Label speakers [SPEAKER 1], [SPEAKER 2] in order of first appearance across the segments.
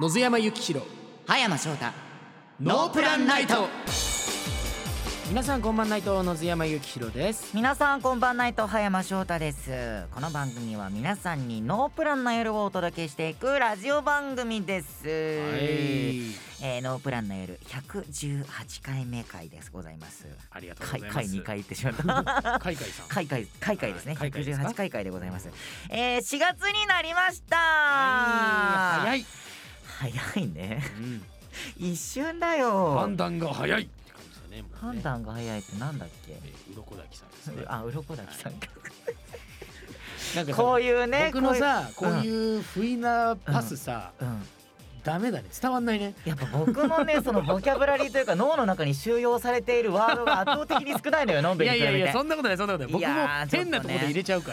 [SPEAKER 1] 野津山幸弘
[SPEAKER 2] 葉山翔太
[SPEAKER 1] ノープランナイト皆さんこんばんないと野津山幸弘です
[SPEAKER 2] 皆さんこんばんないと葉山翔太ですこの番組は皆さんにノープランな夜をお届けしていくラジオ番組です、えーノープランな夜118回目回ですございます
[SPEAKER 1] ありがとうござ
[SPEAKER 2] 回
[SPEAKER 1] います
[SPEAKER 2] 回2回言ってし まった
[SPEAKER 1] 海外さん
[SPEAKER 2] 回回回回ですね
[SPEAKER 1] はい回回ですか
[SPEAKER 2] 118回回でございますえー、4月になりました
[SPEAKER 1] はい早い、
[SPEAKER 2] 早いね
[SPEAKER 1] うん、
[SPEAKER 2] 一瞬だよ
[SPEAKER 1] 判断が早いって感じだねもうね
[SPEAKER 2] 判断が早いってなんだっ け
[SPEAKER 1] えー鱗滝さんですね
[SPEAKER 2] あ、鱗滝さんか。
[SPEAKER 1] なんかさ
[SPEAKER 2] こういうね、
[SPEAKER 1] 僕のさ
[SPEAKER 2] こ
[SPEAKER 1] こ
[SPEAKER 2] う
[SPEAKER 1] う
[SPEAKER 2] いう
[SPEAKER 1] いう不意なパスさ、
[SPEAKER 2] こういう、うん、
[SPEAKER 1] ダメだね伝わんないね
[SPEAKER 2] やっぱ僕のね、そのボキャブラリーというか、脳の中に収容されているワードが圧倒的に少ないのよ、のん
[SPEAKER 1] い
[SPEAKER 2] べり
[SPEAKER 1] や
[SPEAKER 2] に
[SPEAKER 1] い
[SPEAKER 2] 比べ
[SPEAKER 1] や
[SPEAKER 2] て。
[SPEAKER 1] いやそんなことないそんなことない
[SPEAKER 2] い
[SPEAKER 1] 僕も
[SPEAKER 2] やーちょっと
[SPEAKER 1] 変
[SPEAKER 2] ね
[SPEAKER 1] なところで入れちゃうか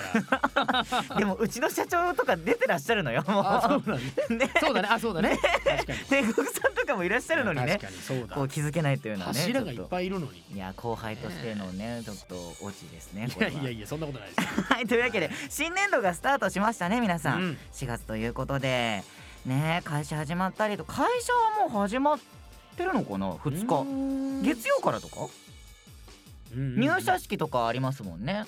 [SPEAKER 1] ら
[SPEAKER 2] でも、うちの社長とか出てらっしゃるのよ、も
[SPEAKER 1] あそう
[SPEAKER 2] う。
[SPEAKER 1] だね
[SPEAKER 2] ね、
[SPEAKER 1] そうだねあそうだね確かに
[SPEAKER 2] 天国さんとかもいらっしゃるのにね
[SPEAKER 1] 確、かにそうだ
[SPEAKER 2] こう気づけないというのはね。
[SPEAKER 1] 柱がいっ
[SPEAKER 2] い。
[SPEAKER 1] ぱいいるのに
[SPEAKER 2] いや、後輩としてのね、ちょっとオチですね。
[SPEAKER 1] い
[SPEAKER 2] これ
[SPEAKER 1] や
[SPEAKER 2] はい
[SPEAKER 1] やいやそんなことないですよ
[SPEAKER 2] はいというわけで新年度がスタートしましたね皆さん、
[SPEAKER 1] うん
[SPEAKER 2] 4月ということでねえ会社始まったりと会社はもう始まってるのかな2日月曜からとか入社式とかありますもんね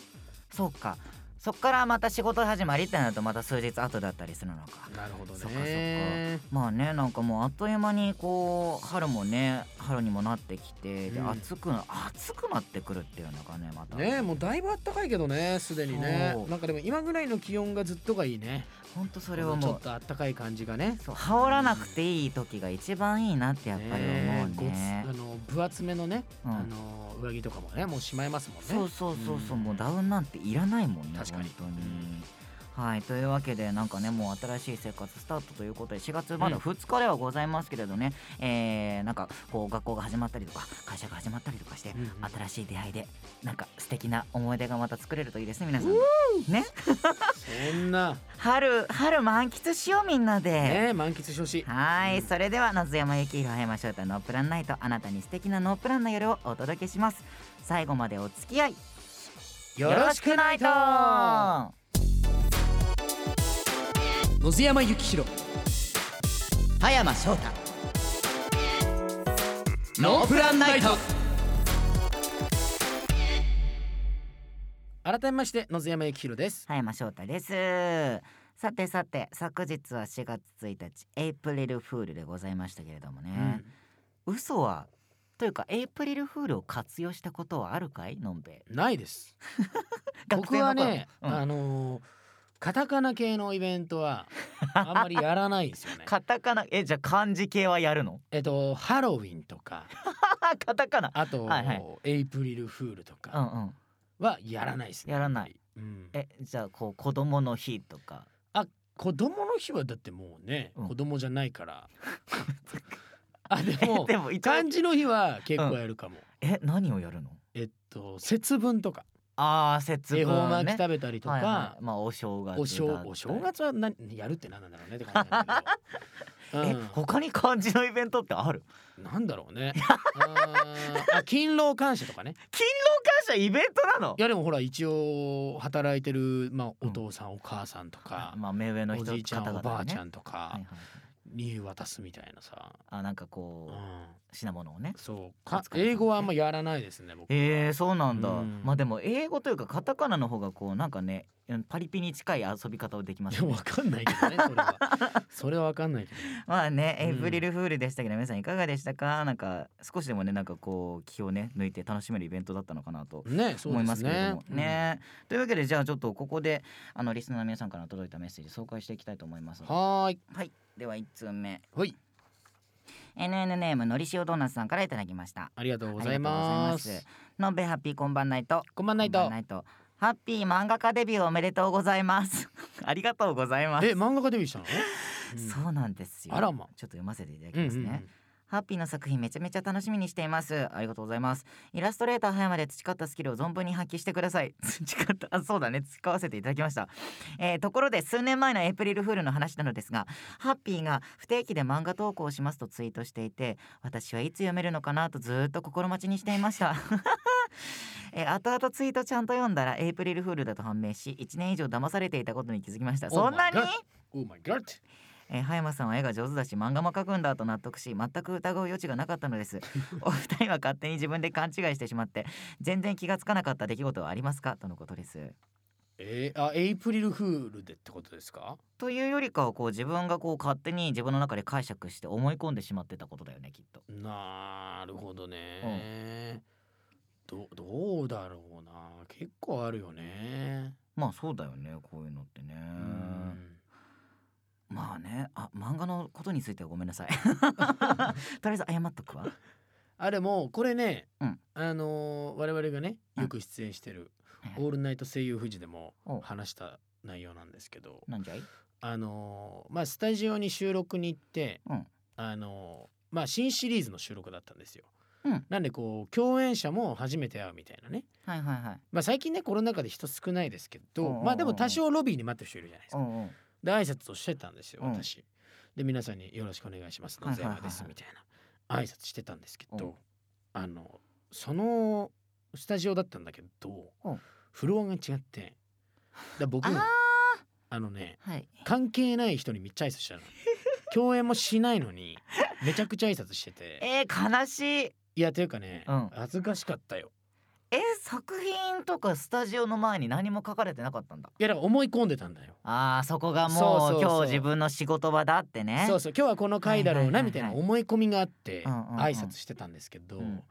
[SPEAKER 2] そうかそっからまた仕事始まりってなるとまた数日後だったりするのか
[SPEAKER 1] なるほど
[SPEAKER 2] そっかそっか
[SPEAKER 1] ね
[SPEAKER 2] まあねなんかもうあっという間にこう春もね春にもなってきてで
[SPEAKER 1] うん
[SPEAKER 2] 暑くな暑くなってくるっていうのがねまた
[SPEAKER 1] ねもうだいぶ暖かいけどねすでにね
[SPEAKER 2] そう
[SPEAKER 1] なんかでも今ぐらいの気温がずっとがいいね
[SPEAKER 2] ほんとそ
[SPEAKER 1] こ
[SPEAKER 2] れはもう
[SPEAKER 1] ちょっと暖かい感じがね
[SPEAKER 2] そう羽織らなくていい時が一番いいなってやっぱり思う
[SPEAKER 1] ごつ
[SPEAKER 2] ね。
[SPEAKER 1] あの分厚めのね
[SPEAKER 2] うん
[SPEAKER 1] あの上着とかもねもうしまいますもんね
[SPEAKER 2] そうそうそうそう、
[SPEAKER 1] うん
[SPEAKER 2] もうダウンなんていらないもんね
[SPEAKER 1] 確かに
[SPEAKER 2] 本当に。はいというわけでなんかねもう新しい生活スタートということで4月まだ
[SPEAKER 1] うん
[SPEAKER 2] 2日ではございますけれどね、えーなんかこう学校が始まったりとか会社が始まったりとかして、
[SPEAKER 1] うんうん
[SPEAKER 2] 新しい出会いでなんか素敵な思い出がまた作れるといいですね皆さんね
[SPEAKER 1] そんな
[SPEAKER 2] 春春満喫しようみんなで。
[SPEAKER 1] ね満喫してほしい
[SPEAKER 2] はい、
[SPEAKER 1] うん
[SPEAKER 2] それでは夏山由紀ひろ山翔太ノープランナイトあなたに素敵なノープランな夜をお届けします最後までお付き合い
[SPEAKER 1] よろしくないと野津山幸弘
[SPEAKER 2] 葉山翔太
[SPEAKER 1] ノープランナイト改めまして野津山幸弘です
[SPEAKER 2] 葉山翔太ですさてさて昨日は4月1日エイプリルフールでございましたけれどもね、嘘はというかエイプリルフールを活用したことはあるかいのんべえ
[SPEAKER 1] うんない です
[SPEAKER 2] 学
[SPEAKER 1] 僕
[SPEAKER 2] 生の
[SPEAKER 1] は
[SPEAKER 2] 頃
[SPEAKER 1] ね、
[SPEAKER 2] うん
[SPEAKER 1] あのーカタカナ系のイベント はあんまりやらないんですよね。
[SPEAKER 2] カタカナえじゃあ漢字系はやるの
[SPEAKER 1] えっとハロウィンとか
[SPEAKER 2] カタカナ
[SPEAKER 1] あと、
[SPEAKER 2] はいはい
[SPEAKER 1] エイプリルフールと
[SPEAKER 2] う
[SPEAKER 1] か
[SPEAKER 2] んうん
[SPEAKER 1] はやらないですね。
[SPEAKER 2] やらない
[SPEAKER 1] うん。
[SPEAKER 2] えじゃあこう子供の日とか
[SPEAKER 1] あ子供の日はだってもうね、
[SPEAKER 2] うん
[SPEAKER 1] 子供じゃない から。あでも
[SPEAKER 2] でも一応
[SPEAKER 1] 漢字の日は結構やるかも。
[SPEAKER 2] え何をやるの
[SPEAKER 1] えっと節分とか
[SPEAKER 2] ああ節
[SPEAKER 1] 恵
[SPEAKER 2] 分
[SPEAKER 1] 方巻
[SPEAKER 2] ね
[SPEAKER 1] き食べたりとか、
[SPEAKER 2] はいはいまあお正月だ
[SPEAKER 1] お正
[SPEAKER 2] ったり
[SPEAKER 1] お正月は何やるって何なんだろうねって感じなんだけ ど。
[SPEAKER 2] え
[SPEAKER 1] うん
[SPEAKER 2] 他に漢字のイベントってある
[SPEAKER 1] なんだろう ね。あーあ勤労感謝とかね。
[SPEAKER 2] 勤労感謝イベントなの
[SPEAKER 1] いやでもほら一応働いてるまあお父さんお母さんとか、
[SPEAKER 2] まあ目上の
[SPEAKER 1] お
[SPEAKER 2] 人
[SPEAKER 1] じいちゃん、
[SPEAKER 2] 方々
[SPEAKER 1] おばあちゃ
[SPEAKER 2] ね
[SPEAKER 1] んと
[SPEAKER 2] は
[SPEAKER 1] か
[SPEAKER 2] いはいはい
[SPEAKER 1] に渡すみたいなさ。
[SPEAKER 2] あなんか
[SPEAKER 1] う
[SPEAKER 2] こ
[SPEAKER 1] ん
[SPEAKER 2] う、品物をね
[SPEAKER 1] そう
[SPEAKER 2] 懐
[SPEAKER 1] か
[SPEAKER 2] かしいですね
[SPEAKER 1] 英語はあんまやらないですね僕は。
[SPEAKER 2] えー、そうなんだ、
[SPEAKER 1] うん
[SPEAKER 2] まあでも英語というかカタカナの方がこうなんかねうんパリピに近い遊び方をでき ま
[SPEAKER 1] い
[SPEAKER 2] す
[SPEAKER 1] や
[SPEAKER 2] よ
[SPEAKER 1] わ
[SPEAKER 2] ね
[SPEAKER 1] かんないけどねそれは。 それはわかんないけど。
[SPEAKER 2] まあね
[SPEAKER 1] うん
[SPEAKER 2] エイプリルフールでしたけど、皆さんいかがでしたかなんか少しでもねなんかこう気をね抜いて楽しめるイベントだったのかなと
[SPEAKER 1] ねそう
[SPEAKER 2] 思い
[SPEAKER 1] で
[SPEAKER 2] ますすけれ
[SPEAKER 1] ね
[SPEAKER 2] ども。ね、というわけでじゃあちょっとここであのリスナーの皆さんから届いたメッセージ紹介していきたいと思います
[SPEAKER 1] うん。はーい。
[SPEAKER 2] はいでは1通目
[SPEAKER 1] ほい。
[SPEAKER 2] NN ネームのりしおドーナツさんからいただきました
[SPEAKER 1] ありがとうございます。
[SPEAKER 2] ありがとうございますのんべハッピーこんばんないと
[SPEAKER 1] こんばんない
[SPEAKER 2] こんば
[SPEAKER 1] と
[SPEAKER 2] ん。ハッピー漫画家デビューおめでとうございます ありがとうございます
[SPEAKER 1] え漫画家デビューした の？うん
[SPEAKER 2] そうなんですよ
[SPEAKER 1] あらま
[SPEAKER 2] ちょっと読ませていただき
[SPEAKER 1] うん
[SPEAKER 2] ま
[SPEAKER 1] う
[SPEAKER 2] す
[SPEAKER 1] ん
[SPEAKER 2] ね、
[SPEAKER 1] うん。
[SPEAKER 2] ハッピーの作品めちゃめちゃ楽しみにしています。ありがとうございます。イラストレーター葉山で培ったスキルを存分に発揮してください。 培った、あ、そうだね。使わせていただきました。えーところで、数年前のエイプリルフールの話なのですが、ハッピーが不定期で漫画投稿をしますとツイートしていて、私はいつ読めるのかなとずーっと心待ちにしていました。 えー後々ツイートちゃんと読んだらエイプリルフールだと判明し1年以上騙されていたことに気づきました
[SPEAKER 1] Oh
[SPEAKER 2] そんな
[SPEAKER 1] my
[SPEAKER 2] に
[SPEAKER 1] God オーマイガッ
[SPEAKER 2] えー葉山さんは絵が上手だし漫画も描くんだと納得し全く疑う余地がなかった のですお二人は勝手に自分で勘違いしてしまって全然気がつかなかった出来事はありますかとのことです
[SPEAKER 1] えー、あエイプリルフールでってことですか
[SPEAKER 2] というよりかはこう自分がこう勝手に自分の中で解釈して思い込んでしまってたことだよねきっと
[SPEAKER 1] なるほどね、どどうだろうな結構あるよね
[SPEAKER 2] まあそうだよねこういうのってね
[SPEAKER 1] うん
[SPEAKER 2] まあねあ漫画のことについてはごめん なさいとりあえず謝っとくわ
[SPEAKER 1] あれもこれね、
[SPEAKER 2] うん
[SPEAKER 1] あのー我々がねよく出演してる「
[SPEAKER 2] うん
[SPEAKER 1] オールナイト声優富士」でも
[SPEAKER 2] お
[SPEAKER 1] 話した内容なんですけど
[SPEAKER 2] なんじゃい
[SPEAKER 1] あのーまあスタジオに収録に行って、
[SPEAKER 2] うん
[SPEAKER 1] あのーまあ新シリーズの収録だったんですよ。
[SPEAKER 2] うん
[SPEAKER 1] なんでこう共演者も初めて会うみたいなね、
[SPEAKER 2] はいはいはい
[SPEAKER 1] まあ、最近ねコロナ禍で人少ないですけ
[SPEAKER 2] うんうん
[SPEAKER 1] ど
[SPEAKER 2] うん
[SPEAKER 1] まあでも多少ロビーに待ってる人いるじゃないです
[SPEAKER 2] お
[SPEAKER 1] か。
[SPEAKER 2] うおう
[SPEAKER 1] で挨拶をしてたんですよ
[SPEAKER 2] うん
[SPEAKER 1] 私。で皆さんに「よろしくお願いします」「
[SPEAKER 2] はい
[SPEAKER 1] 野
[SPEAKER 2] は
[SPEAKER 1] 沢
[SPEAKER 2] いはいはい
[SPEAKER 1] です」みたいな挨拶してたんですけ
[SPEAKER 2] うん
[SPEAKER 1] どあのそのスタジオだったんだけど
[SPEAKER 2] うん
[SPEAKER 1] フロアが違ってだ僕
[SPEAKER 2] あ
[SPEAKER 1] あ
[SPEAKER 2] あ
[SPEAKER 1] のね
[SPEAKER 2] はい
[SPEAKER 1] 関係ない人にめっちゃ挨拶した の共演もしないのにめちゃくちゃ挨拶してて
[SPEAKER 2] えー、悲しい
[SPEAKER 1] いやというかね、
[SPEAKER 2] うん
[SPEAKER 1] 恥ずかしかったよ
[SPEAKER 2] え作品とかスタジオの前に何も書かれてなかったんだ
[SPEAKER 1] いやだから思い込んでたんだよ
[SPEAKER 2] あーそこがもう
[SPEAKER 1] そうそうそう
[SPEAKER 2] 今日自分の仕事場だってね
[SPEAKER 1] そうそう今日はこの回だろうな
[SPEAKER 2] はいはいはいは
[SPEAKER 1] み
[SPEAKER 2] い
[SPEAKER 1] たいな思い込みがあって
[SPEAKER 2] うんうんうん
[SPEAKER 1] 挨拶してたんですけど、
[SPEAKER 2] うん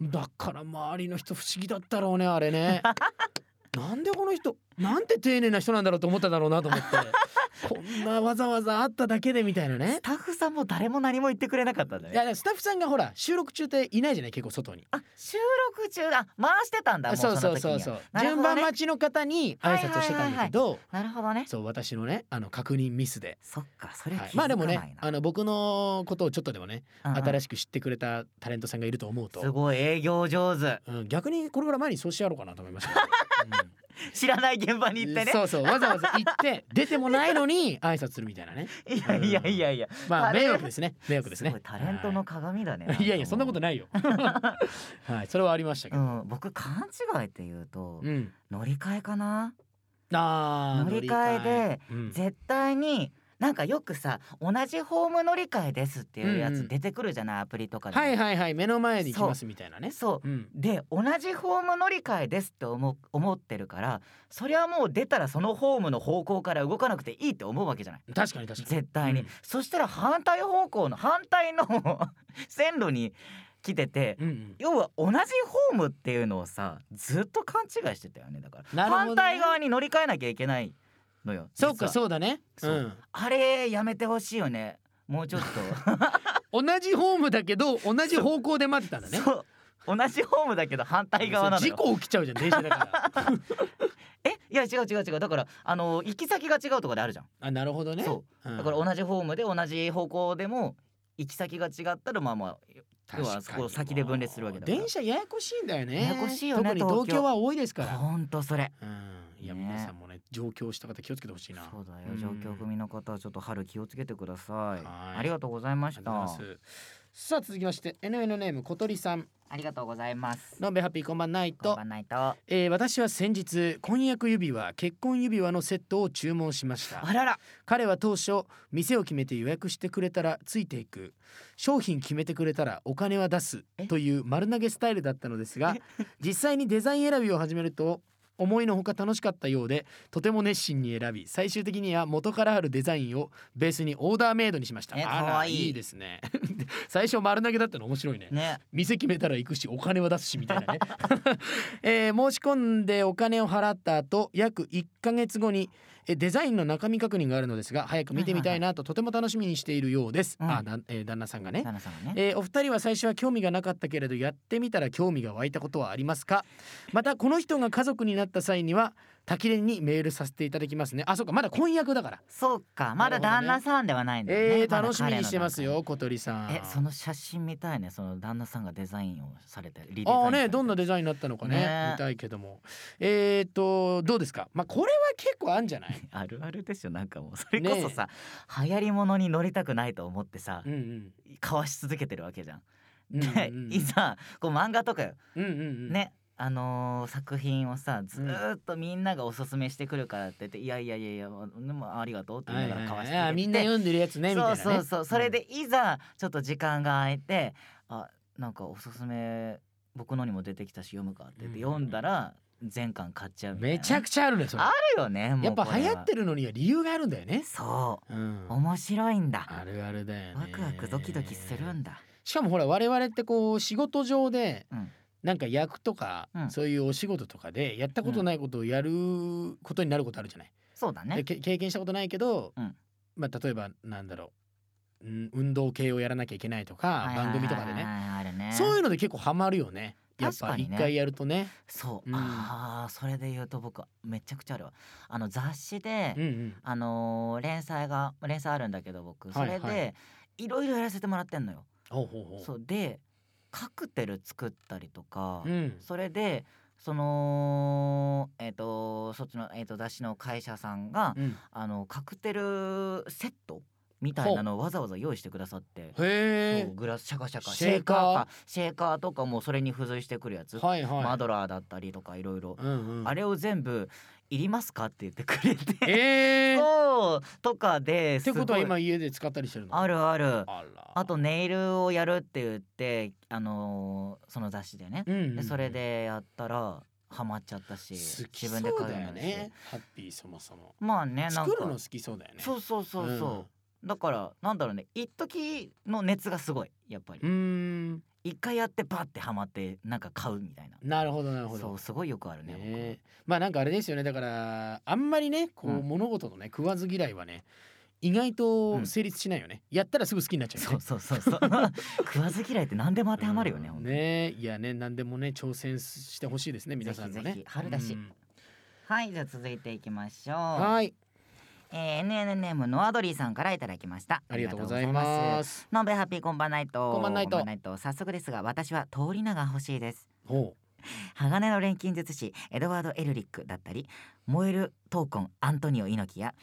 [SPEAKER 1] だから周りの人不思議だったろうねあれね なんでこの人なんて丁寧な人なんだろうと思っただろうなと思って こんなわざわざ会っただけでみたいなね
[SPEAKER 2] スタッフさんも誰も何も言ってくれなかったんだ
[SPEAKER 1] いやだ
[SPEAKER 2] ね
[SPEAKER 1] からスタッフさんがほら収録中っていないじゃない結構外に
[SPEAKER 2] あ収録中だ回してたんだもうそ
[SPEAKER 1] そ
[SPEAKER 2] の
[SPEAKER 1] う
[SPEAKER 2] 時に
[SPEAKER 1] そうそう
[SPEAKER 2] は
[SPEAKER 1] そう、
[SPEAKER 2] なる
[SPEAKER 1] 順
[SPEAKER 2] ほどね
[SPEAKER 1] 番待ちの方に挨拶をしてたんだけど、
[SPEAKER 2] なるほどね
[SPEAKER 1] そう私のねあの確認ミスで、
[SPEAKER 2] そっかそれは
[SPEAKER 1] はい
[SPEAKER 2] 気づ
[SPEAKER 1] まあ
[SPEAKER 2] か
[SPEAKER 1] で
[SPEAKER 2] ないな、
[SPEAKER 1] もねあの僕のことをちょっとでもね
[SPEAKER 2] うんうん
[SPEAKER 1] 新しく知ってくれたタレントさんがいると思うと
[SPEAKER 2] すごい営業上手
[SPEAKER 1] うん、逆にこれから前にそうしてやろうかなと思い ましたけど、
[SPEAKER 2] 知らない現場
[SPEAKER 1] うん
[SPEAKER 2] に行ってね
[SPEAKER 1] そうそうわざわざ行って出てもないのに挨拶するみたいな ね
[SPEAKER 2] いやいやいやいや
[SPEAKER 1] まあ
[SPEAKER 2] タレン
[SPEAKER 1] 迷惑ですね迷惑ですね
[SPEAKER 2] すごいタレントの鏡だね
[SPEAKER 1] はいいやいやそんなこと
[SPEAKER 2] な
[SPEAKER 1] な
[SPEAKER 2] い
[SPEAKER 1] いよ はいそれはありましたけ
[SPEAKER 2] う
[SPEAKER 1] ど
[SPEAKER 2] ん僕勘違いっていうと
[SPEAKER 1] うん、
[SPEAKER 2] 乗り換えかな
[SPEAKER 1] あー
[SPEAKER 2] 乗り換え
[SPEAKER 1] 乗り換え
[SPEAKER 2] 絶対になんかよくさ同じホーム乗り換えですっていうや
[SPEAKER 1] うんう
[SPEAKER 2] つ
[SPEAKER 1] ん
[SPEAKER 2] 出てくるじゃないアプリとか
[SPEAKER 1] うん
[SPEAKER 2] でも
[SPEAKER 1] はいはいはい目の前で行きますみたいなね
[SPEAKER 2] そう
[SPEAKER 1] うん
[SPEAKER 2] で同じホーム乗り換えですって思う思ってるからそりゃもう出たらそのホームの方向から動かなくていいって思うわけじゃない
[SPEAKER 1] 確かに確かに
[SPEAKER 2] 絶対に、
[SPEAKER 1] うん
[SPEAKER 2] そしたら反対方向の反対の線路に来てて、
[SPEAKER 1] うんうん
[SPEAKER 2] 要は同じホームっていうのをさずっと勘違いしてたよねだから、
[SPEAKER 1] なるほどね
[SPEAKER 2] 反対側に乗り換えなきゃいけないのよ
[SPEAKER 1] そうか
[SPEAKER 2] 実は
[SPEAKER 1] そうだねう
[SPEAKER 2] そうんあれやめてほしいよねもうちょっ
[SPEAKER 1] 同じホームだけど同じ方向で待ってたん
[SPEAKER 2] と、
[SPEAKER 1] だね
[SPEAKER 2] そう同じホームだけど反対側なの
[SPEAKER 1] 事
[SPEAKER 2] よ
[SPEAKER 1] 故起きちゃうじゃん電車だから
[SPEAKER 2] えいや違う違う違うだからあの行き先が違うとかであるじゃん
[SPEAKER 1] あなるほどね
[SPEAKER 2] そ
[SPEAKER 1] うん
[SPEAKER 2] だから同じホームで同じ方向でも行き先が違ったらまあまあ要
[SPEAKER 1] 確
[SPEAKER 2] は
[SPEAKER 1] かに
[SPEAKER 2] そこ先で分裂するわけだから
[SPEAKER 1] 電車ややこしいんだよね
[SPEAKER 2] ややこしいよね
[SPEAKER 1] 特に
[SPEAKER 2] 東京
[SPEAKER 1] 東京は多いですから
[SPEAKER 2] ほんとそれ
[SPEAKER 1] うんいや
[SPEAKER 2] ね
[SPEAKER 1] 皆さんもね上京した方気をつけてほしいな
[SPEAKER 2] そうだよ
[SPEAKER 1] うん
[SPEAKER 2] 状況組の方はちょっと春気をつけてください
[SPEAKER 1] はい
[SPEAKER 2] ありがとうございまし
[SPEAKER 1] ありがとう
[SPEAKER 2] た
[SPEAKER 1] ございますさあ続きまして NN ネーム小鳥さん
[SPEAKER 2] ありがとうございます
[SPEAKER 1] のんべハッピーこんばんない
[SPEAKER 2] こん
[SPEAKER 1] と
[SPEAKER 2] ばんないとあ
[SPEAKER 1] えー私は先日婚約指輪結婚指輪のセットを注文しました
[SPEAKER 2] らら
[SPEAKER 1] 彼は当初店を決めて予約してくれたらついていく商品決めてくれたらお金は出す
[SPEAKER 2] え
[SPEAKER 1] という丸投げスタイルだったのですが 実際にデザイン選びを始めると思いのほか楽しかったようでとても熱心に選び最終的には元からあるデザインをベースにオーダーメイドにしました
[SPEAKER 2] え
[SPEAKER 1] あら
[SPEAKER 2] かわいい
[SPEAKER 1] いいですね 最初丸投げだったの面白いね
[SPEAKER 2] ね
[SPEAKER 1] 店決めたら行くしお金は出すしみたいなね、 えー申し込んでお金を払った後約1ヶ月後にえーデザインの中身確認があるのですが早く見てみたいなととても楽しみにしているようです、
[SPEAKER 2] うん
[SPEAKER 1] あだえー旦那さんがね
[SPEAKER 2] 旦那さんがね
[SPEAKER 1] えーお二人は最初は興味がなかったけれどやってみたら興味が湧いたことはありますかまたこの人が家族になった際には滝連にメールさせていただきますねあそうかまだ婚約だから、
[SPEAKER 2] そうかまだ
[SPEAKER 1] なるほど
[SPEAKER 2] 旦
[SPEAKER 1] ね
[SPEAKER 2] 那さんではないんだよね
[SPEAKER 1] えー
[SPEAKER 2] まだ
[SPEAKER 1] 楽しみにしてます
[SPEAKER 2] 彼の
[SPEAKER 1] よ小鳥さん
[SPEAKER 2] 旦那さんえその写真見たいねその旦那さんがデザインをされてリデザイン
[SPEAKER 1] ああ
[SPEAKER 2] され
[SPEAKER 1] ね
[SPEAKER 2] て
[SPEAKER 1] どんなデザインになったのかね
[SPEAKER 2] ね
[SPEAKER 1] 見たいけどもえっ、とどうですかまあこれは結構あんじゃない、
[SPEAKER 2] あるあるでしょなんかもうそれこそさ、流行り物に乗りたくないと思ってさ
[SPEAKER 1] うんうん
[SPEAKER 2] かわし続けてるわけじゃん。
[SPEAKER 1] うんうん
[SPEAKER 2] で、いざこう漫画とか
[SPEAKER 1] うんうんうん
[SPEAKER 2] ね、あのー作品をさずーっとみんながおすすめしてくるからって言って「いやいやいやいやもうでもありがとう」って言いながら交わしてくれて、
[SPEAKER 1] あみんな読んでるやつねみたいな、ね、
[SPEAKER 2] そうそうそうそれでいざちょっと時間が空いて、あなんかおすすめ僕のにも出てきたし読むかって言って
[SPEAKER 1] うんうん
[SPEAKER 2] 読んだら全巻買っちゃう
[SPEAKER 1] うん
[SPEAKER 2] みたいな
[SPEAKER 1] めちゃくちゃあるねそれ
[SPEAKER 2] あるよねもう
[SPEAKER 1] やっぱ流行って
[SPEAKER 2] る
[SPEAKER 1] るのには理由があるんだよね
[SPEAKER 2] そううん面白いんだ
[SPEAKER 1] あるあるだよね
[SPEAKER 2] ワクワクドキドキするんだ
[SPEAKER 1] しかもほら我々ってこう仕事上で
[SPEAKER 2] うん
[SPEAKER 1] なんか役とか
[SPEAKER 2] うん
[SPEAKER 1] そういうお仕事とかでやったことないことをやることになることあるじゃない、
[SPEAKER 2] そうだ
[SPEAKER 1] で
[SPEAKER 2] ね
[SPEAKER 1] け経験したことないけど、
[SPEAKER 2] うん
[SPEAKER 1] まあ例えばなんだろうん運動系をやらなきゃいけないとか
[SPEAKER 2] はいはいはい
[SPEAKER 1] 番組とかでね
[SPEAKER 2] あるね
[SPEAKER 1] そういうので結構ハマるよねやっ
[SPEAKER 2] 確
[SPEAKER 1] ぱ
[SPEAKER 2] かに
[SPEAKER 1] 一
[SPEAKER 2] ね
[SPEAKER 1] 回やるとね
[SPEAKER 2] そう、
[SPEAKER 1] うん
[SPEAKER 2] ああそれで言うと僕めちゃくちゃあるわあの雑誌で、
[SPEAKER 1] うんうん
[SPEAKER 2] あのー連載が連載あるんだけど僕そ
[SPEAKER 1] はい
[SPEAKER 2] れで、
[SPEAKER 1] はい
[SPEAKER 2] いろいろやらせてもらってんのよ。
[SPEAKER 1] ほうほうほう
[SPEAKER 2] そうでカクテル作ったりとか、
[SPEAKER 1] うん
[SPEAKER 2] それでそのえっ、とそっちの、えー、と雑誌の会社さんが、
[SPEAKER 1] うん
[SPEAKER 2] あのカクテルセットみたいなのをわざわざ用意してくださって。そ
[SPEAKER 1] へ
[SPEAKER 2] うグラスシャカシャカ
[SPEAKER 1] シ
[SPEAKER 2] シ
[SPEAKER 1] ェ
[SPEAKER 2] ェ
[SPEAKER 1] ー
[SPEAKER 2] ー
[SPEAKER 1] カ
[SPEAKER 2] カ
[SPEAKER 1] ー
[SPEAKER 2] ーかシェーカーとかもうそれに付随してくるやつ
[SPEAKER 1] え、はいはい
[SPEAKER 2] マドラーだったりとかいろいろ
[SPEAKER 1] うんうん
[SPEAKER 2] あれを全部「いりますか?」って言ってくれて
[SPEAKER 1] えー、っ
[SPEAKER 2] そうとかで
[SPEAKER 1] て
[SPEAKER 2] すごい
[SPEAKER 1] ことは今家で使ったりしてるの
[SPEAKER 2] あるある
[SPEAKER 1] あら
[SPEAKER 2] あとネイルをやるって言ってあのーその雑誌でね
[SPEAKER 1] うんうんうん
[SPEAKER 2] でそれでやったらハマっちゃったし
[SPEAKER 1] 好きそ
[SPEAKER 2] 自分
[SPEAKER 1] う
[SPEAKER 2] で
[SPEAKER 1] だ
[SPEAKER 2] 買うよう
[SPEAKER 1] よ
[SPEAKER 2] になるし
[SPEAKER 1] ねハッピーそもそも
[SPEAKER 2] まあねなん
[SPEAKER 1] 作るの
[SPEAKER 2] か
[SPEAKER 1] 好きそうだよね
[SPEAKER 2] そうそうそうそうだからなんだろうね一時の熱がすごいやっぱり
[SPEAKER 1] うんうーん
[SPEAKER 2] 一回やってバッてハマってなんか買うみたいな
[SPEAKER 1] なるほどなるほ
[SPEAKER 2] そ
[SPEAKER 1] ど
[SPEAKER 2] うすごいよくあるね僕
[SPEAKER 1] ねまあなんかあれですよねだからあんまりねこう
[SPEAKER 2] うん
[SPEAKER 1] 物事のね食わず嫌いはね意外と成立しないよねやったらすぐ好きになっちゃうよ
[SPEAKER 2] そ
[SPEAKER 1] ね
[SPEAKER 2] うそうそうそう 食わず嫌いって何でも当てはまるよね、
[SPEAKER 1] うん
[SPEAKER 2] ほんとに
[SPEAKER 1] ねいやね何でもね挑戦してほしいですね皆さんの
[SPEAKER 2] ぜ
[SPEAKER 1] ね
[SPEAKER 2] ひぜひ春だし
[SPEAKER 1] うん
[SPEAKER 2] はいじゃあ続いていきましょう
[SPEAKER 1] はい
[SPEAKER 2] えー、NNNM ノアドリーさんからいただきました
[SPEAKER 1] ありがとうございます
[SPEAKER 2] のんべえハッピーこんばんないと
[SPEAKER 1] こんばんないと
[SPEAKER 2] 早速ですが私は通り名が欲しいです
[SPEAKER 1] ほ
[SPEAKER 2] 鋼の錬金術師エドワード・エルリックだったり燃える闘魂アントニオ猪木や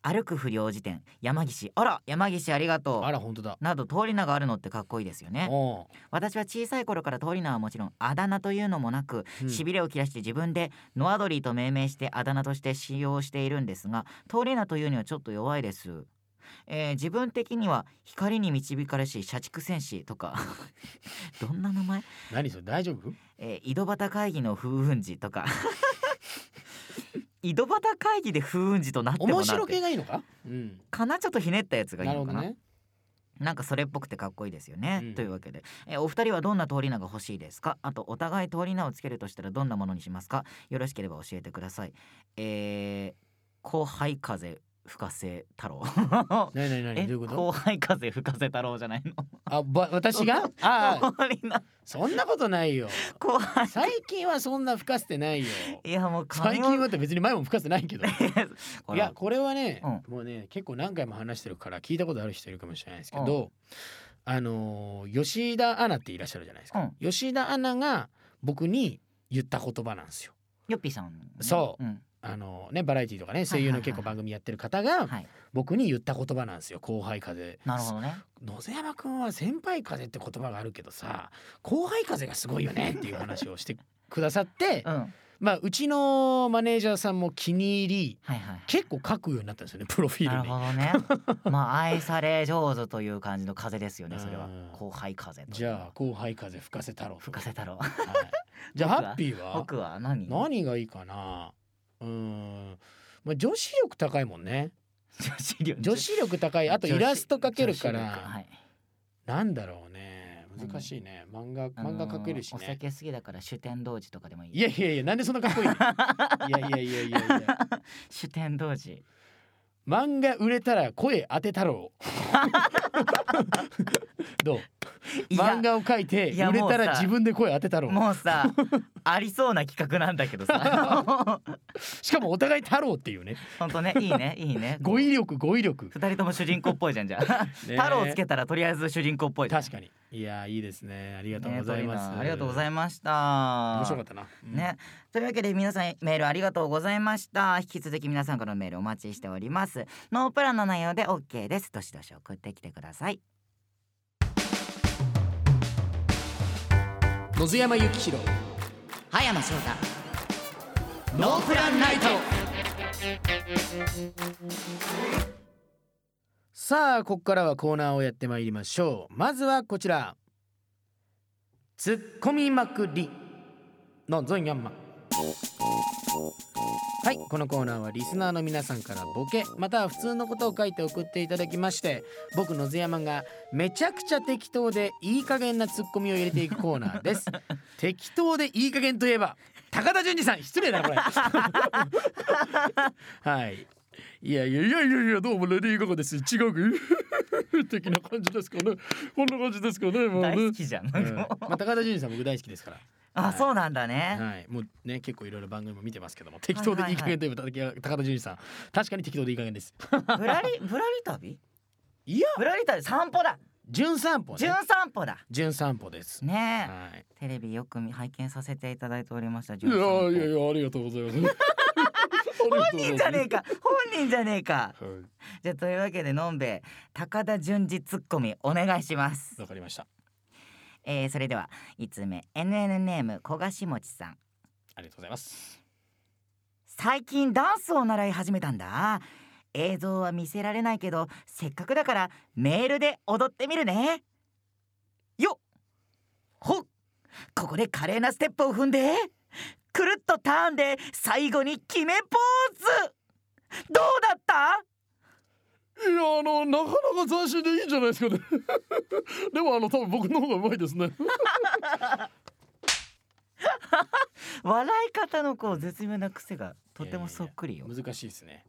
[SPEAKER 2] 歩く不良辞典山岸あら山岸ありが
[SPEAKER 1] う
[SPEAKER 2] と
[SPEAKER 1] あ
[SPEAKER 2] う
[SPEAKER 1] ら本当だ
[SPEAKER 2] など通り名があるのってかっこいいですよね
[SPEAKER 1] おう
[SPEAKER 2] 私は小さい頃から通り名はもちろんあだ名というのもなく
[SPEAKER 1] うん
[SPEAKER 2] しびれを切らして自分でノアドリーと命名してあだ名として使用しているんですが通り名というにはちょっと弱いです、えー自分的には光に導かれし社畜戦士とか どんな名前、
[SPEAKER 1] 何それ大丈 夫
[SPEAKER 2] えー井戸端会議の風雲 児とか井戸端会議で風雲児となってもな
[SPEAKER 1] 面
[SPEAKER 2] って
[SPEAKER 1] 白系がいいのかうん
[SPEAKER 2] かなちょっとひねったやつがいい
[SPEAKER 1] なるほ
[SPEAKER 2] のか
[SPEAKER 1] ど
[SPEAKER 2] な
[SPEAKER 1] ね
[SPEAKER 2] なんかそれっぽくてかっこいいですよね。
[SPEAKER 1] うん
[SPEAKER 2] というわけで、えお二人はどんな通り名が欲しいですかあとお互い通り名をつけるとしたらどんなものにしますかよろしければ教えてください。えー、後輩風吹かせ太郎。
[SPEAKER 1] 何何何どう
[SPEAKER 2] え
[SPEAKER 1] いうこと
[SPEAKER 2] 後輩風吹かせ太郎じゃないの
[SPEAKER 1] あば私が ああ
[SPEAKER 2] 通り名
[SPEAKER 1] そんなことないよ
[SPEAKER 2] 後輩
[SPEAKER 1] 最近はそんな吹かせてないよ
[SPEAKER 2] いやもう
[SPEAKER 1] 最
[SPEAKER 2] 髪を
[SPEAKER 1] 近はって別に前も吹かせてないけど
[SPEAKER 2] ほ
[SPEAKER 1] い
[SPEAKER 2] ら
[SPEAKER 1] やこれはね、
[SPEAKER 2] う
[SPEAKER 1] もうね結構何回も話してるから聞いたことある人いるかもしれないですけど、あのー吉田アナっていらっしゃるじゃないですか、吉田アナが僕に言った言葉なんですよ
[SPEAKER 2] ヨッピーさんね、
[SPEAKER 1] そう
[SPEAKER 2] うん、
[SPEAKER 1] あのーねバラエティとかね声優の結構番組やってる方が
[SPEAKER 2] はい
[SPEAKER 1] 僕に言った言葉なんですよ後輩風
[SPEAKER 2] なるほどね
[SPEAKER 1] 野瀬山君は先輩風って言葉があるけどさ後輩風がすごいよねっていう話をしてくださって
[SPEAKER 2] うんはい
[SPEAKER 1] まあうちのマネージャーさんも気に入り
[SPEAKER 2] はいはい
[SPEAKER 1] 結構書くようになったんですよねプロフィー
[SPEAKER 2] な
[SPEAKER 1] ル
[SPEAKER 2] る
[SPEAKER 1] に
[SPEAKER 2] ほ。どねまあ愛され上手という感じの風ですよねそれ
[SPEAKER 1] う
[SPEAKER 2] は
[SPEAKER 1] ん
[SPEAKER 2] 後輩風という
[SPEAKER 1] じゃあ後輩風吹かせ太郎
[SPEAKER 2] 吹かせ太郎
[SPEAKER 1] はいじゃあハ
[SPEAKER 2] 僕は
[SPEAKER 1] ッピーは
[SPEAKER 2] 僕は何
[SPEAKER 1] 何がいいかなうーんまあ女子力高いもんね
[SPEAKER 2] 女子力
[SPEAKER 1] 女子力高いあとイラスト描けるか
[SPEAKER 2] 女子力は
[SPEAKER 1] ら
[SPEAKER 2] い
[SPEAKER 1] なんだろうね難しいね漫画漫画描けるし
[SPEAKER 2] あのーお
[SPEAKER 1] ね
[SPEAKER 2] 酒好きだから酒天童子とかでもいい
[SPEAKER 1] いやいやいやなんでそんなかっ こいいのいやいやいやいやいや
[SPEAKER 2] 酒天童子
[SPEAKER 1] 漫画売れたら声当て太 郎どう
[SPEAKER 2] いや
[SPEAKER 1] 漫画を描いて
[SPEAKER 2] いや
[SPEAKER 1] 売れた
[SPEAKER 2] もう
[SPEAKER 1] ら
[SPEAKER 2] さ
[SPEAKER 1] 自分で声当て太郎
[SPEAKER 2] もうさありそうな企画なんだけ どさ
[SPEAKER 1] しかもお互い太郎っていうね
[SPEAKER 2] 本当ねいいねいいね
[SPEAKER 1] 語彙力語彙力
[SPEAKER 2] 二人とも主人公っぽいじゃんじゃあ
[SPEAKER 1] ね
[SPEAKER 2] 太郎つけたらとりあえず主人公っぽいじゃん
[SPEAKER 1] 確かにいやいいですねありがとうござい
[SPEAKER 2] ねトリ
[SPEAKER 1] ま
[SPEAKER 2] ナ
[SPEAKER 1] す
[SPEAKER 2] ーありがとうござ
[SPEAKER 1] い
[SPEAKER 2] いました
[SPEAKER 1] 面白かったな、うん
[SPEAKER 2] ね、というわけで皆さんメールありがとうございました引き続き皆さんからのメールお待ちしておりますノープランの内容で OK ですどしどし送ってきてください
[SPEAKER 1] 野津山幸弘
[SPEAKER 2] 葉山翔太ノープランナイト
[SPEAKER 1] さあここからはコーナーをやってまいりましょうまずはこちらツッコミまくりのゾンヤンマはいこのコーナーはリスナーの皆さんからボケまたは普通のことを書いて送っていただきまして僕のズヤマンがめちゃくちゃ適当でいい加減なツッコミを入れていくコーナー です適当でいい加減といえば高田純次さん失礼だなこ れはいいやいやいやいやいやどうもレディー・ガガです違うく 的な感じですかねこんな感じですかねもうね
[SPEAKER 2] 大好きじゃん、
[SPEAKER 1] うんまあ、高田純次さん僕大好きですから
[SPEAKER 2] あそうなんだね、
[SPEAKER 1] はい、もうね結構いろいろ番組も見てますけども適当でいい加減といえば、高田純次さん確かに適当でいい加減です
[SPEAKER 2] ぶらりぶらり旅
[SPEAKER 1] いや
[SPEAKER 2] ぶらり旅散歩だ
[SPEAKER 1] 純散歩ね
[SPEAKER 2] 純散歩だ
[SPEAKER 1] 純散歩です、
[SPEAKER 2] ねえ、
[SPEAKER 1] はい
[SPEAKER 2] テレビよく見拝見させていただいておりました
[SPEAKER 1] いや
[SPEAKER 2] 純散歩
[SPEAKER 1] いやいやありがとうございます 本
[SPEAKER 2] 本人じゃねえか本人じゃねえか
[SPEAKER 1] えはい
[SPEAKER 2] じゃあというわけでのんべえ高田純次ツッコミお願いします
[SPEAKER 1] わかりました
[SPEAKER 2] えー、それでは5つ目 NN ネーム焦がしもちさん
[SPEAKER 1] ありがとうございます
[SPEAKER 2] 最近ダンスを習い始めたんだ映像は見せられないけどせっかくだからメールで踊ってみるねよっほっここで華麗なステップを踏んでくるっとターンで最後に決めポーズどうだった
[SPEAKER 1] いやあのなかなか斬新でいいんじゃないですかね でもあの多分僕の方がうまいですね
[SPEAKER 2] 笑い方のこう絶妙な癖がとてもそっくりよ
[SPEAKER 1] 難しいですね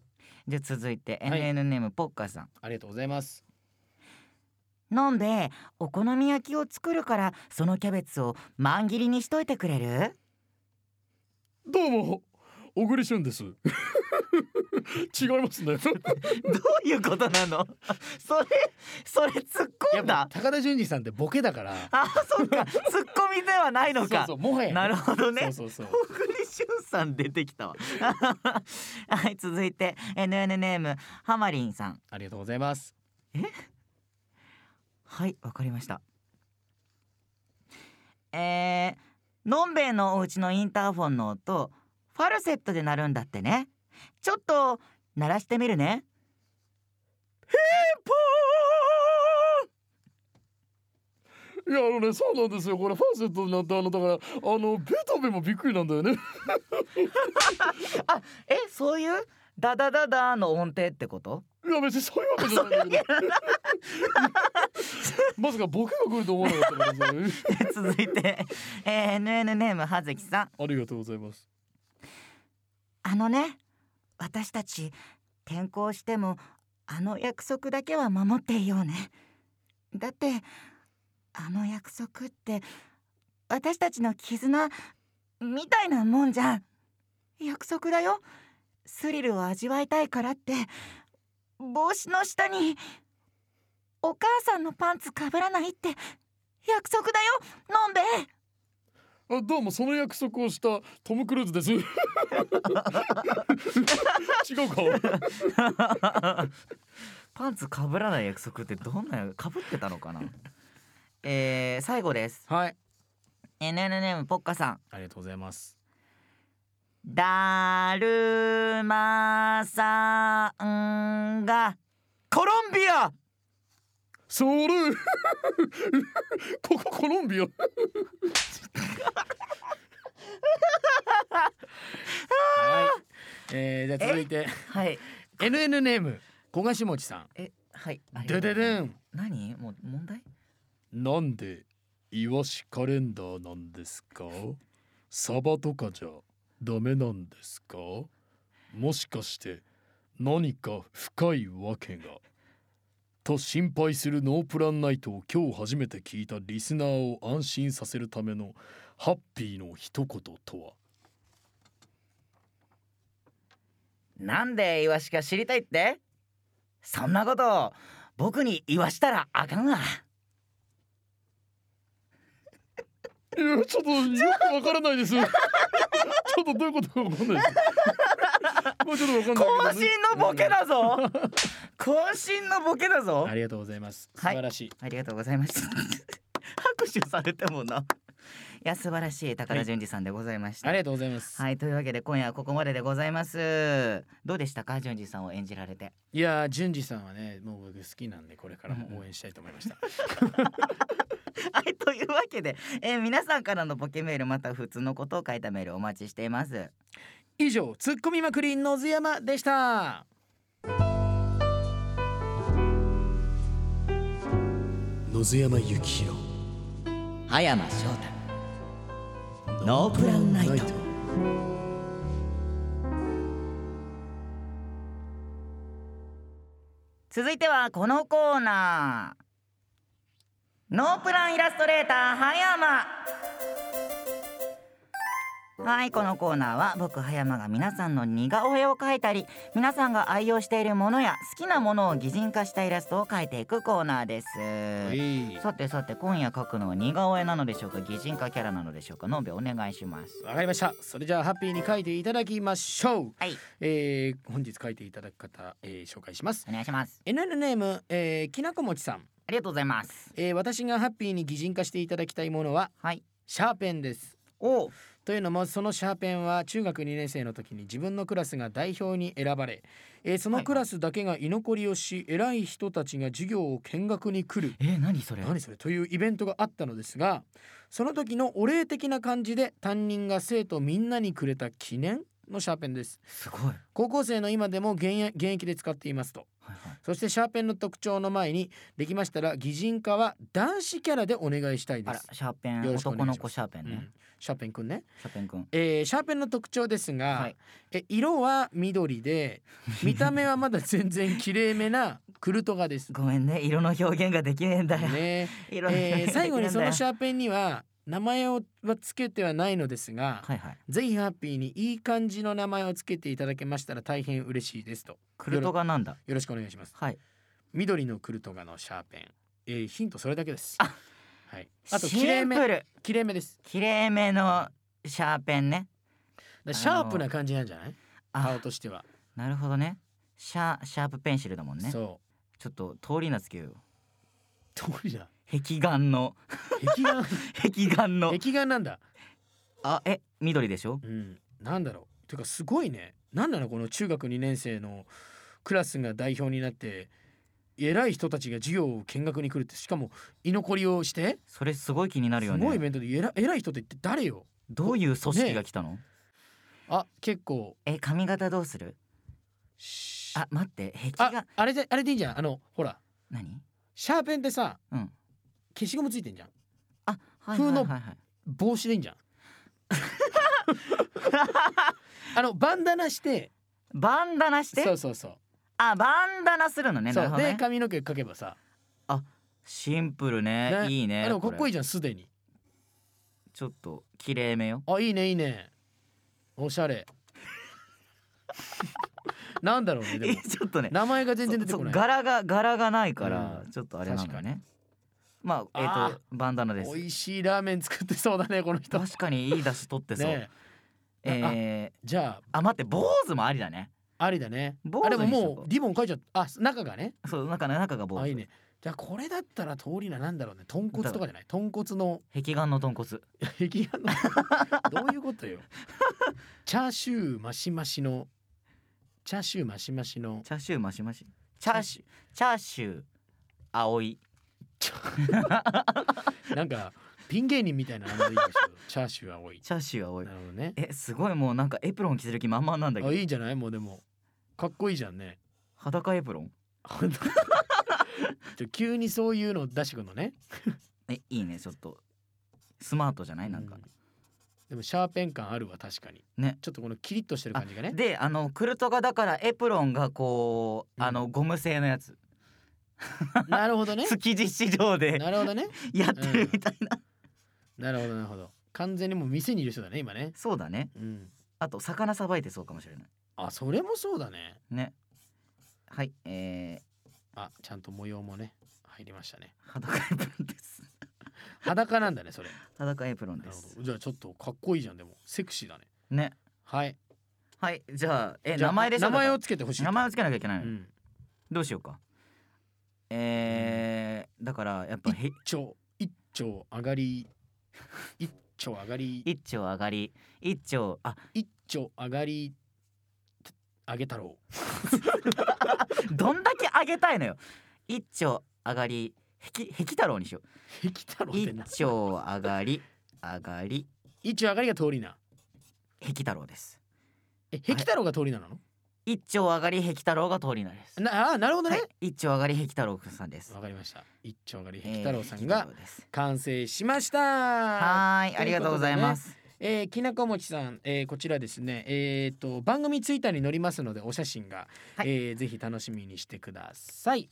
[SPEAKER 2] じゃあ続いて
[SPEAKER 1] はい
[SPEAKER 2] NN ネームポッカさん
[SPEAKER 1] ありがとうございます
[SPEAKER 2] 飲んでお好み焼きを作るからそのキャベツを万切りにしといてくれる
[SPEAKER 1] どうも小栗旬です 違いますね
[SPEAKER 2] どういうことなの それそれ突っ
[SPEAKER 1] やっぱ高田純次さんってボケだから
[SPEAKER 2] あそっか突っ込みではないの
[SPEAKER 1] そうそうもはやね
[SPEAKER 2] なるほどね
[SPEAKER 1] そうそうそう
[SPEAKER 2] 小栗旬さん出てきたわ はい続いて NN ネームハマリンさん
[SPEAKER 1] ありがとうございます
[SPEAKER 2] はいわかりましたえー、のんべえのお家のインターフォンの音ファルセットで鳴るんだってねちょっと鳴らしてみるね
[SPEAKER 1] いやあのねそうなんですよこれファーセットになってあのだからあのベートーベンもびっくりなんだよね
[SPEAKER 2] あえそういうダダダダの音程ってこと
[SPEAKER 1] いや別にそういうわけじゃないんだけどまさかボケが来ると思わなかったからね
[SPEAKER 2] 続いて、えー NN ネーム葉月さん
[SPEAKER 1] ありがとうございます
[SPEAKER 2] あのね私たち転校してもあの約束だけは守っていようねだってあの約束って私たちの絆みたいなもんじゃん約束だよスリルを味わいたいからって帽子の下にお母さんのパンツかぶらないって約束だよのんべえ
[SPEAKER 1] あどうもその約束をしたトム・クルーズ です違うか
[SPEAKER 2] パンツかぶらない約束ってどんなかぶってたのかなえー、最後です
[SPEAKER 1] はい
[SPEAKER 2] NNNM ポッカさん
[SPEAKER 1] ありがとうございます
[SPEAKER 2] 「だるまさんがコロンビア
[SPEAKER 1] それここコロンビアはい、えー、じゃあ続いて」
[SPEAKER 2] はい
[SPEAKER 1] NN ネーム小菓子持ちさ
[SPEAKER 2] えはい
[SPEAKER 1] んでででん
[SPEAKER 2] 何もう問題
[SPEAKER 1] なんでイワシカレンダーなんですかサバとかじゃダメなんですかもしかして何か深いわけがと心配するノープランナイトを今日初めて聞いたリスナーを安心させるためのハッピーの一言とは
[SPEAKER 2] なんでイワシか知りたいってそんなこと僕に言わしたらあかんわ
[SPEAKER 1] いやちょっとよくわからないです ちょっとどういうことかわかんないですもうちょっとわかんない
[SPEAKER 2] 渾身のボケだぞ渾身のボケだぞ
[SPEAKER 1] ありがとうございます。素
[SPEAKER 2] はい
[SPEAKER 1] 晴らしい。
[SPEAKER 2] ありがとうございました。拍手されてもな。や素晴らしい高田純次さんでございました、
[SPEAKER 1] ありがとうございます、
[SPEAKER 2] はいというわけで今夜はここまででございますどうでしたか淳二さんを演じられて
[SPEAKER 1] いやー淳二さんはねもう僕好きなんでこれからも応援したいと思いました、
[SPEAKER 2] はいというわけで、えー皆さんからのボケメールまた普通のことを書いたメールお待ちしています
[SPEAKER 1] 以上ツッコミまくり野津山でした
[SPEAKER 3] 野津山幸宏
[SPEAKER 2] 葉山翔太
[SPEAKER 3] ノ
[SPEAKER 2] ープランナイト続いてはこのコーナーノープランイラストレーター葉山はいこのコーナーは僕葉山が皆さんの似顔絵を描いたり皆さんが愛用しているものや好きなものを擬人化したイラストを描いていくコーナーです、
[SPEAKER 1] はい
[SPEAKER 2] さてさて今夜描くのは似顔絵なのでしょうか擬人化キャラなのでしょうかのんべお願いします
[SPEAKER 1] わかりましたそれじゃあハッピーに書いていただきましょう、
[SPEAKER 2] はい
[SPEAKER 1] えー、本日書いていただく方、えー、紹介します
[SPEAKER 2] お願いします
[SPEAKER 1] NN ネーム、えー、きなこもちさん、
[SPEAKER 2] ありがとうございます
[SPEAKER 1] えー、私がハッピーに擬人化していただきたいものは
[SPEAKER 2] はい
[SPEAKER 1] シャーペンです
[SPEAKER 2] おう
[SPEAKER 1] というのもそのシャーペンは中学2年生の時に自分のクラスが代表に選ばれ、えー、そのクラスだけが居残りをし、偉い人たちが授業を見学に来る
[SPEAKER 2] えー、何それ
[SPEAKER 1] 何それというイベントがあったのですがその時のお礼的な感じで担任が生徒みんなにくれた記念のシャーペンです
[SPEAKER 2] すごい
[SPEAKER 1] 高校生の今でも現役現役で使っていますと
[SPEAKER 2] はいはい
[SPEAKER 1] そしてシャーペンの特徴の前にできましたら擬人化は男子キャラでお願いしたいで
[SPEAKER 2] あら
[SPEAKER 1] す、
[SPEAKER 2] シャーペン
[SPEAKER 1] よろしくお
[SPEAKER 2] 男
[SPEAKER 1] 願い
[SPEAKER 2] の
[SPEAKER 1] します
[SPEAKER 2] 子シャーペン
[SPEAKER 1] う
[SPEAKER 2] ね、
[SPEAKER 1] んシャーペンくんね、
[SPEAKER 2] シャーペンくん
[SPEAKER 1] えーシャーペンの特徴ですが、
[SPEAKER 2] はい。
[SPEAKER 1] え色は緑で見た目はまだ全然きれいめなクルトガです
[SPEAKER 2] ごめんね色の表現ができねえんだよ、
[SPEAKER 1] ね
[SPEAKER 2] 色の表現
[SPEAKER 1] えー最後にそのシ
[SPEAKER 2] ャー
[SPEAKER 1] ャーペンには名前をはつけてはないのですが、
[SPEAKER 2] はいはい
[SPEAKER 1] ぜひハッピーにいい感じの名前をつけていただけましたら大変嬉しいですと
[SPEAKER 2] クルトがなんだ
[SPEAKER 1] よろしくお願いします
[SPEAKER 2] はい
[SPEAKER 1] 緑のクルトガのシャーペン、えーヒントそれだけです
[SPEAKER 2] あ
[SPEAKER 1] はい、あと
[SPEAKER 2] シ
[SPEAKER 1] きれい
[SPEAKER 2] ンプ
[SPEAKER 1] め
[SPEAKER 2] ル
[SPEAKER 1] きれいめです
[SPEAKER 2] きれいめのシャーペンね
[SPEAKER 1] だからシャープな感じなんじゃない顔
[SPEAKER 2] あ
[SPEAKER 1] としては、
[SPEAKER 2] なるほどねシャシャープペンシルだもんね
[SPEAKER 1] そ
[SPEAKER 2] ちょっと通りなつけようよ
[SPEAKER 1] う通りだ
[SPEAKER 2] 壁眼の
[SPEAKER 1] 壁眼
[SPEAKER 2] 壁眼の
[SPEAKER 1] 壁眼なんだ
[SPEAKER 2] あえ緑でしょ
[SPEAKER 1] うん、なんだろうてかすごいねなんなのこの中学2年生のクラスが代表になって偉い人たちが授業を見学に来るってしかも居残りをして
[SPEAKER 2] それすごい気になる
[SPEAKER 1] す
[SPEAKER 2] よね
[SPEAKER 1] ごいイベントで偉偉い人って一体誰よ
[SPEAKER 2] どういう組織が来たの、
[SPEAKER 1] あ結構
[SPEAKER 2] え髪型どうする
[SPEAKER 1] し
[SPEAKER 2] あ待って壁
[SPEAKER 1] あ
[SPEAKER 2] が
[SPEAKER 1] あれであれでいいじゃんあのほら
[SPEAKER 2] 何
[SPEAKER 1] シャーペンってさ
[SPEAKER 2] うん
[SPEAKER 1] 消しゴムついてんじゃん
[SPEAKER 2] あはいは
[SPEAKER 1] 風
[SPEAKER 2] いは
[SPEAKER 1] の
[SPEAKER 2] いはい
[SPEAKER 1] 帽子でいい んじゃんあのバンダナして
[SPEAKER 2] バンダナして
[SPEAKER 1] そうそうそう,、
[SPEAKER 2] あバンダナするのねな
[SPEAKER 1] そ
[SPEAKER 2] る
[SPEAKER 1] う
[SPEAKER 2] ほど
[SPEAKER 1] で
[SPEAKER 2] ね
[SPEAKER 1] 髪の毛かけばさ
[SPEAKER 2] シンプルね
[SPEAKER 1] ね
[SPEAKER 2] いいね
[SPEAKER 1] あでもかっこいい
[SPEAKER 2] い
[SPEAKER 1] じゃんすでに
[SPEAKER 2] ちょっときれいめよ
[SPEAKER 1] あいいねいいねおしゃ れなんだろうねでも
[SPEAKER 2] ちょっとね
[SPEAKER 1] 名前が全然出て
[SPEAKER 2] そ
[SPEAKER 1] こな
[SPEAKER 2] そう
[SPEAKER 1] い
[SPEAKER 2] 柄が柄がないから、
[SPEAKER 1] うん
[SPEAKER 2] ちょっとあれなんだよねまあえっ、
[SPEAKER 1] あー
[SPEAKER 2] とバンダナです
[SPEAKER 1] 美味しいラーメン作ってそうだねこの人
[SPEAKER 2] 確かにいい出汁取ってそう、
[SPEAKER 1] ね
[SPEAKER 2] え
[SPEAKER 1] じゃ
[SPEAKER 2] ー、あ待って坊主もありだね
[SPEAKER 1] あありだね
[SPEAKER 2] 坊
[SPEAKER 1] あで
[SPEAKER 2] 主
[SPEAKER 1] も
[SPEAKER 2] にしと
[SPEAKER 1] も
[SPEAKER 2] こ
[SPEAKER 1] うリボン書いちゃったあ中がね
[SPEAKER 2] うそうなんかね中が坊主
[SPEAKER 1] あいいねじゃあこれだったら通りななんだろうね豚骨とかじゃない豚骨 の
[SPEAKER 2] 壁眼の豚骨
[SPEAKER 1] 壁画のどういうこと よチャーシューマシマシのチャーシューマシマシの
[SPEAKER 2] チャーシューマシマシチャーシューチャーシュー青い
[SPEAKER 1] なんかピン芸人みたいな名前でいいんですけどチャーシューは多い
[SPEAKER 2] チャーシュー青い
[SPEAKER 1] なるほどね
[SPEAKER 2] えすごいもうなんかエプロン着てる気満々なんだけ
[SPEAKER 1] あ
[SPEAKER 2] ど
[SPEAKER 1] いいじゃないもうでもかっこいいじゃん ね
[SPEAKER 2] 裸エプロン
[SPEAKER 1] ちょ急にそういうの出してくんのね
[SPEAKER 2] えいいねちょっとスマートじゃないなんか
[SPEAKER 1] う、でもシャーペン感あるわ確かに
[SPEAKER 2] ね
[SPEAKER 1] ちょっとこのキリッとしてる感じがね
[SPEAKER 2] であのクルトがだからエプロンがこう、
[SPEAKER 1] うん
[SPEAKER 2] あのゴム製のやつ
[SPEAKER 1] なるほどね
[SPEAKER 2] 築地市場で
[SPEAKER 1] なるほどね
[SPEAKER 2] やってるみたいな、
[SPEAKER 1] なるほどなるほど完全にもう店にいる人だね今ね
[SPEAKER 2] そうだね
[SPEAKER 1] うん
[SPEAKER 2] あと魚さばいてそうかもしれない
[SPEAKER 1] あそれもそうだね
[SPEAKER 2] ねはいえー、
[SPEAKER 1] あちゃんと模様もね入りましたね
[SPEAKER 2] 裸エプロンです
[SPEAKER 1] 裸なんだねそれ
[SPEAKER 2] 裸エプロン
[SPEAKER 1] な
[SPEAKER 2] で
[SPEAKER 1] る
[SPEAKER 2] す
[SPEAKER 1] ほどじゃあちょっとかっこいいじゃんでもセクシーだね
[SPEAKER 2] ね
[SPEAKER 1] はい
[SPEAKER 2] はいじゃあえ
[SPEAKER 1] じゃあ
[SPEAKER 2] 名前でしょ
[SPEAKER 1] 名前
[SPEAKER 2] だ
[SPEAKER 1] を
[SPEAKER 2] か
[SPEAKER 1] つけてほしい
[SPEAKER 2] ら名前をつけなきゃいけないの、
[SPEAKER 1] うん
[SPEAKER 2] どうしようかえーだからやっぱへ
[SPEAKER 1] 一丁一丁上がり一丁上がり
[SPEAKER 2] 一丁上がり一丁あ
[SPEAKER 1] 一丁上がりあげ太郎
[SPEAKER 2] どんだけ上げたいのよ一丁上がりへきへき太郎にしよ
[SPEAKER 1] 平気太郎
[SPEAKER 2] う
[SPEAKER 1] って
[SPEAKER 2] 一
[SPEAKER 1] な
[SPEAKER 2] 丁上がり上がり
[SPEAKER 1] 一丁上がりが通りな
[SPEAKER 2] へき太郎です
[SPEAKER 1] えへき太郎が通りなの、
[SPEAKER 2] 一丁上がりへき太郎が通りなです
[SPEAKER 1] なあーなるほどね
[SPEAKER 2] はい
[SPEAKER 1] わ、、
[SPEAKER 2] 一丁上がりへき太郎さんです
[SPEAKER 1] かりました一丁上がり
[SPEAKER 2] え
[SPEAKER 1] へ
[SPEAKER 2] ー
[SPEAKER 1] き太郎さん
[SPEAKER 2] へき
[SPEAKER 1] が
[SPEAKER 2] 太郎です
[SPEAKER 1] 完成しました
[SPEAKER 2] はーいありがとうございます
[SPEAKER 1] えー、きなこもちさん、えー、こちらですね、えー、と番組ツイッターに載りますのでお写真が、
[SPEAKER 2] はい
[SPEAKER 1] えーぜひ楽しみにしてください。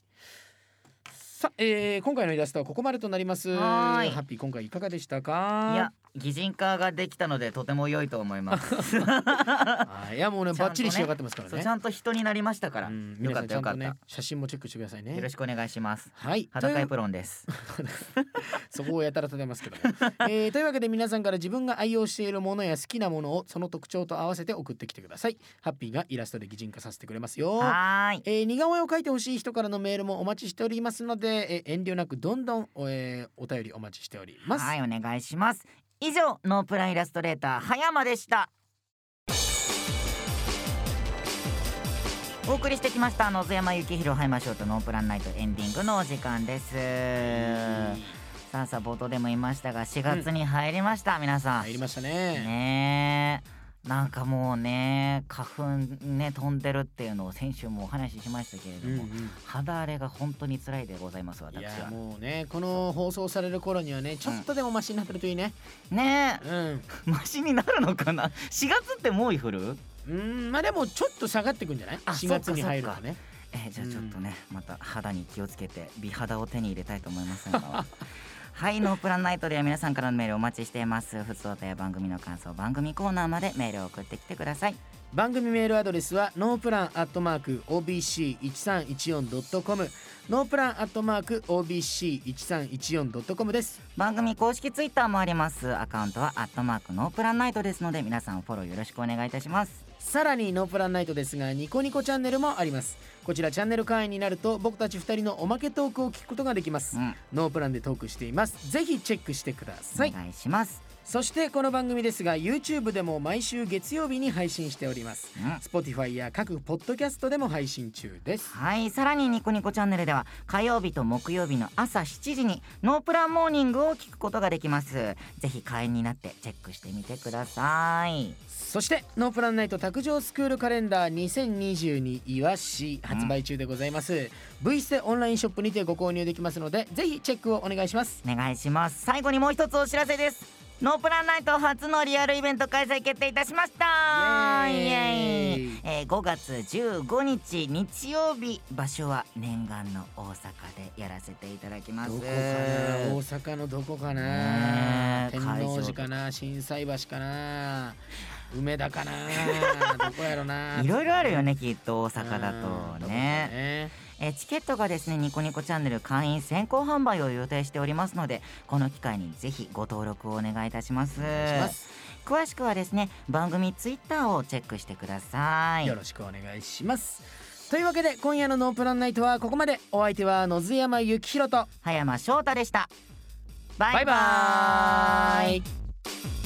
[SPEAKER 1] さ、えー、今回のイラストはここまでとなります。
[SPEAKER 2] はーい
[SPEAKER 1] ハッピー今回いかがでしたか
[SPEAKER 2] いや擬人化ができたのでとても良いと思 います、
[SPEAKER 1] あーいやもうね
[SPEAKER 2] ちゃんとね
[SPEAKER 1] バッチリ仕上がってますから
[SPEAKER 2] そう
[SPEAKER 1] ね
[SPEAKER 2] ち。ゃんと人になりましたから、
[SPEAKER 1] うん
[SPEAKER 2] よ
[SPEAKER 1] 皆
[SPEAKER 2] か
[SPEAKER 1] さ
[SPEAKER 2] っ
[SPEAKER 1] んち
[SPEAKER 2] た
[SPEAKER 1] ゃ
[SPEAKER 2] よ
[SPEAKER 1] ん
[SPEAKER 2] か
[SPEAKER 1] と
[SPEAKER 2] った、
[SPEAKER 1] ね写真もチェックしてくださいね。
[SPEAKER 2] よろしくお願いします
[SPEAKER 1] はい。
[SPEAKER 2] 裸
[SPEAKER 1] とい
[SPEAKER 2] エ
[SPEAKER 1] う
[SPEAKER 2] プロンです
[SPEAKER 1] そこをやたら立てます けども、えーというわけで皆さんから自分が愛用しているものや好きなものをその特徴と合わせて送ってきてください。ハッピーがイラストで擬人化させてくれますよ。
[SPEAKER 2] はーい
[SPEAKER 1] えー似顔絵を描いてほしい人からのメールもお待ちしておりますので、えー遠慮なくどんどん、えーお便りお待ちしております。
[SPEAKER 2] はいお願いします以上ノープランイラストレーター葉山でしたお送りしてきました野津山幸宏葉山翔とノープランナイトエンディングのお時間です、さあさあ冒頭でも言いましたが4月に入りました、皆さん
[SPEAKER 1] 入りましたね。
[SPEAKER 2] ねえなんかもうね花粉ね飛んでるっていうのを先週もお話ししましたけれど
[SPEAKER 1] うん
[SPEAKER 2] も、
[SPEAKER 1] う
[SPEAKER 2] 肌荒れが本当に辛いでございます
[SPEAKER 1] ん、い
[SPEAKER 2] 私
[SPEAKER 1] やー
[SPEAKER 2] は
[SPEAKER 1] もうねこの放送される頃にはねちょっとでもマシになってるといいね。
[SPEAKER 2] ね
[SPEAKER 1] うん、うん、
[SPEAKER 2] えマシになるのかな4月ってもう降る
[SPEAKER 1] まあでもちょっと下がってくんじゃない
[SPEAKER 2] あ
[SPEAKER 1] ?4 月に入るとね。
[SPEAKER 2] えじゃあちょっとね、また肌に気をつけて美肌を手に入れたいと思いますがはい ノープランナイトでは皆さんからのメールお待ちしていますふつおたや番組の感想番組コーナーまでメールを送ってきてください
[SPEAKER 1] 番組メールアドレスはノープランアットマーク OBC1314.com ノープランアットマーク OBC1314.com です。
[SPEAKER 2] 番組公式ツイッターもありますアカウントはアットマークノープランナイトですので皆さんフォローよろしくお願いいたします
[SPEAKER 1] さらにノープランナイトですがニコニコチャンネルもありますこちらチャンネル会員になると僕たち2人のおまけトークを聞くことができます、
[SPEAKER 2] うん
[SPEAKER 1] ノープランでトークしていますぜひチェックしてください、
[SPEAKER 2] お願いします、
[SPEAKER 1] そしてこの番組ですが YouTube でも毎週月曜日に配信しております
[SPEAKER 2] うん、
[SPEAKER 1] Spotify や各ポッドキャストでも配信中です
[SPEAKER 2] はいさらにニコニコチャンネルでは火曜日と木曜日の朝7時にノープランモーニングを聞くことができますぜひ会員になってチェックしてみてください
[SPEAKER 1] そしてノープランナイト卓上スクールカレンダー2022いわし発売中でございます、V ステオンラインショップにてご購入できますのでぜひチェックをお願いします
[SPEAKER 2] お願いします最後にもう一つお知らせですノープランナイト初のリアルイベント開催決定いたしました
[SPEAKER 1] イ
[SPEAKER 2] イ
[SPEAKER 1] エ
[SPEAKER 2] エ
[SPEAKER 1] ーイ
[SPEAKER 2] ーイ、えー5月15日日曜日場所は念願の大阪でやらせていただきます
[SPEAKER 1] どこかな大阪のどこかな
[SPEAKER 2] ねえ
[SPEAKER 1] 天王寺かな心斎橋かな梅田 かなどこやろないい
[SPEAKER 2] ろいろあるよねきっと大阪だとね
[SPEAKER 1] ね
[SPEAKER 2] えーチケットがですねニコニコチャンネル会員先行販売を予定しておりますのでこの機会にぜひご登録をお願いいたします
[SPEAKER 1] します
[SPEAKER 2] 詳しくはですね番組ツイッターをチェックしてください
[SPEAKER 1] よろしくお願いしますというわけで今夜のノープランナイトはここまでお相手は野津山幸宏と
[SPEAKER 2] 葉山翔太でしたバイバ
[SPEAKER 1] バイバーイ
[SPEAKER 2] イ